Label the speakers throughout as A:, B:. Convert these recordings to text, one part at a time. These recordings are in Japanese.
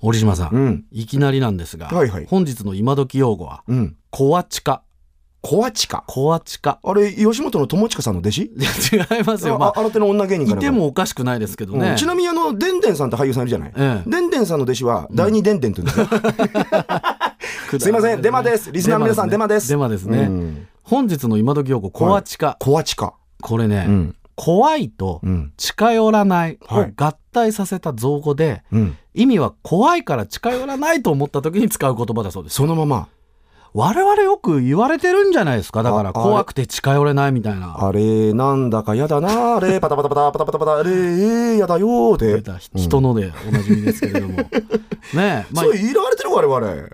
A: 折島さん、
B: うん。
A: いきなりなんですが、
B: はいはい
A: 本日の今時用語は、
B: うん。
A: コアチカ。
B: コアチカ。
A: コアチカ。
B: あれ、吉本の友近さんの弟子
A: いや違いますよ。
B: あ、
A: まあ、
B: 新手の女芸人か
A: い
B: ら。
A: てもおかしくないですけどね。
B: うんちなみにあの、でんでんさんって俳優さんいるじゃない
A: ええ
B: でんでんさんの弟子は、第二でんでんって言うん ですよ。すいませんデマですリスナーの皆さんデマです
A: デマですね。
B: うん
A: 本日の今時用語、コアチカ。
B: コアチカ。
A: これね、
B: うん。
A: 怖いと
B: うん。
A: 近寄らない
B: は
A: を
B: い
A: 合体させた造語で、
B: うん。
A: 意味は怖いから近寄らないと思った時に使う言葉だそうです。
B: そのまま、
A: 我々よく言われてるんじゃないですか。だか
B: あ
A: ら怖くて近寄れないみたいな。
B: あれ、なんだかやだな、あ れ、パタパタパタパタパタパタ、あれ、えーやだよー
A: 出
B: で。
A: た人のでおなじみですけれども。ねえ、まあ
B: そ、う、いられてる我々。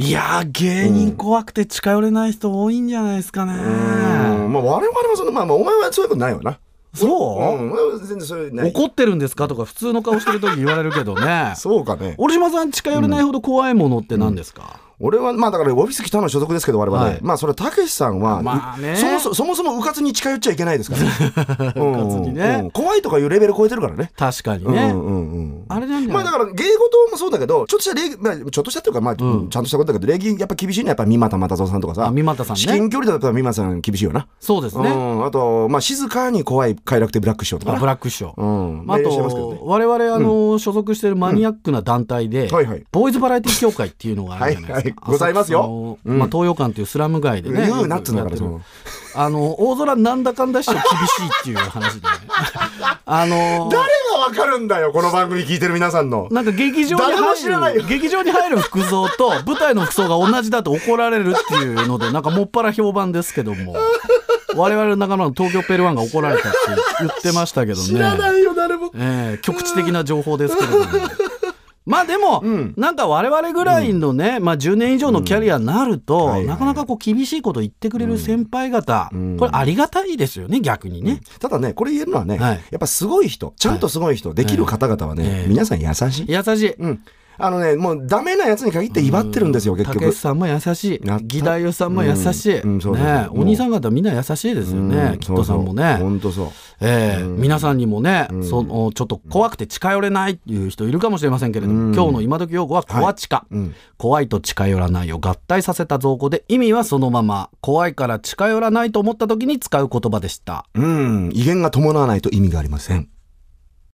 A: いやー芸人怖くて近寄れない人多いんじゃないですかね。
B: うんまあ、我々はその、まあ、まあ、お前はそういうことないよな。
A: そう、
B: ん、俺は全然そういうない。。
A: 怒ってるんですかとか普通の顔してる時言われるけどね
B: そうかね。
A: 折島さん近寄れないほど怖いものって何ですか、
B: 俺は、まあだから、オフィス北の所属ですけど、我々。
A: はい
B: まあ、それは、たけしさんは、
A: まあね
B: うそもそも、そもそもうかつに近寄っちゃいけないですから、ね。 う
A: うかつにね
B: ん怖いとかいうレベル超えてるからね。
A: 確かにね。
B: うんうんうん。
A: あれなんじゃ
B: ま
A: な
B: あ
A: い、
B: だから芸事もそうだけどちょっとした礼儀、まあ、ちょっとしたっていうか、まあ
A: うん
B: ちゃんとしたことだけど礼儀やっぱ厳しいのはやっぱ三股又蔵さんとかさ
A: あ三股さんね
B: 至近距離だとやっぱ三股さん厳しいよな、
A: そうです
B: う
A: ね。
B: ん、あと、まあ、静かに怖い快楽亭ブラック師匠とか
A: あ
B: な
A: ブラック師匠。
B: うん
A: まあ、あ
B: いらっしゃいますけど
A: と、我々、あの、所属しているマニアックな団体で、
B: んはいはい
A: ボーイズバラエティ協会っていうのがあるじゃないですか。
B: はいはいございますよ
A: 浅草のまあ、東洋館というスラム街で
B: ね
A: ね。
B: 言うなっつうんだから
A: よく
B: そ
A: やっ
B: の
A: てるあの、大空なんだかんだして厳しいっていう話でね。 あの、
B: 誰がわかるんだよこの番組聞いてる皆さんの
A: なんか劇場に
B: 誰も知らな
A: 入
B: いよ
A: る、劇場に入る服装と舞台の服装が同じだと怒られるっていうので、なんかもっぱら評判ですけども。我々の仲間の東京ペルワンが怒られたって言ってましたけどね。
B: 知らないよ誰も
A: ええ局地的な情報ですけれども。まあでも、なんか我々ぐらいのね、まあ10年以上のキャリアになると、
B: はいはい
A: なかなかこう厳しいこと言ってくれる先輩方、これありがたいですよね、逆にね。
B: ただねこれ言えるのはね、
A: はい
B: やっぱすごい人ちゃんとすごい人、できる方々はね、
A: ええ
B: 皆さん優しい、
A: 優しい。
B: うんあのねもうダメなやつに限って威張ってるんですよ結
A: た
B: 局
A: けしさんも優しい
B: やった。
A: 義太夫さんも優しい。
B: うんうんそうそう
A: ねえ
B: もう
A: お兄さん方みんな優しいですよね。
B: うん
A: キットさんもね。
B: 本当そう
A: ええ皆さんにもね、そのちょっと怖くて近寄れないっていう人いるかもしれませんけれども、今日の今時用語は「怖近、
B: うん
A: 怖いと近寄らないを合体させた造語で意味はそのまま怖いから近寄らないと思った時に使う言葉でした。
B: うん、威厳が伴わないと意味がありません。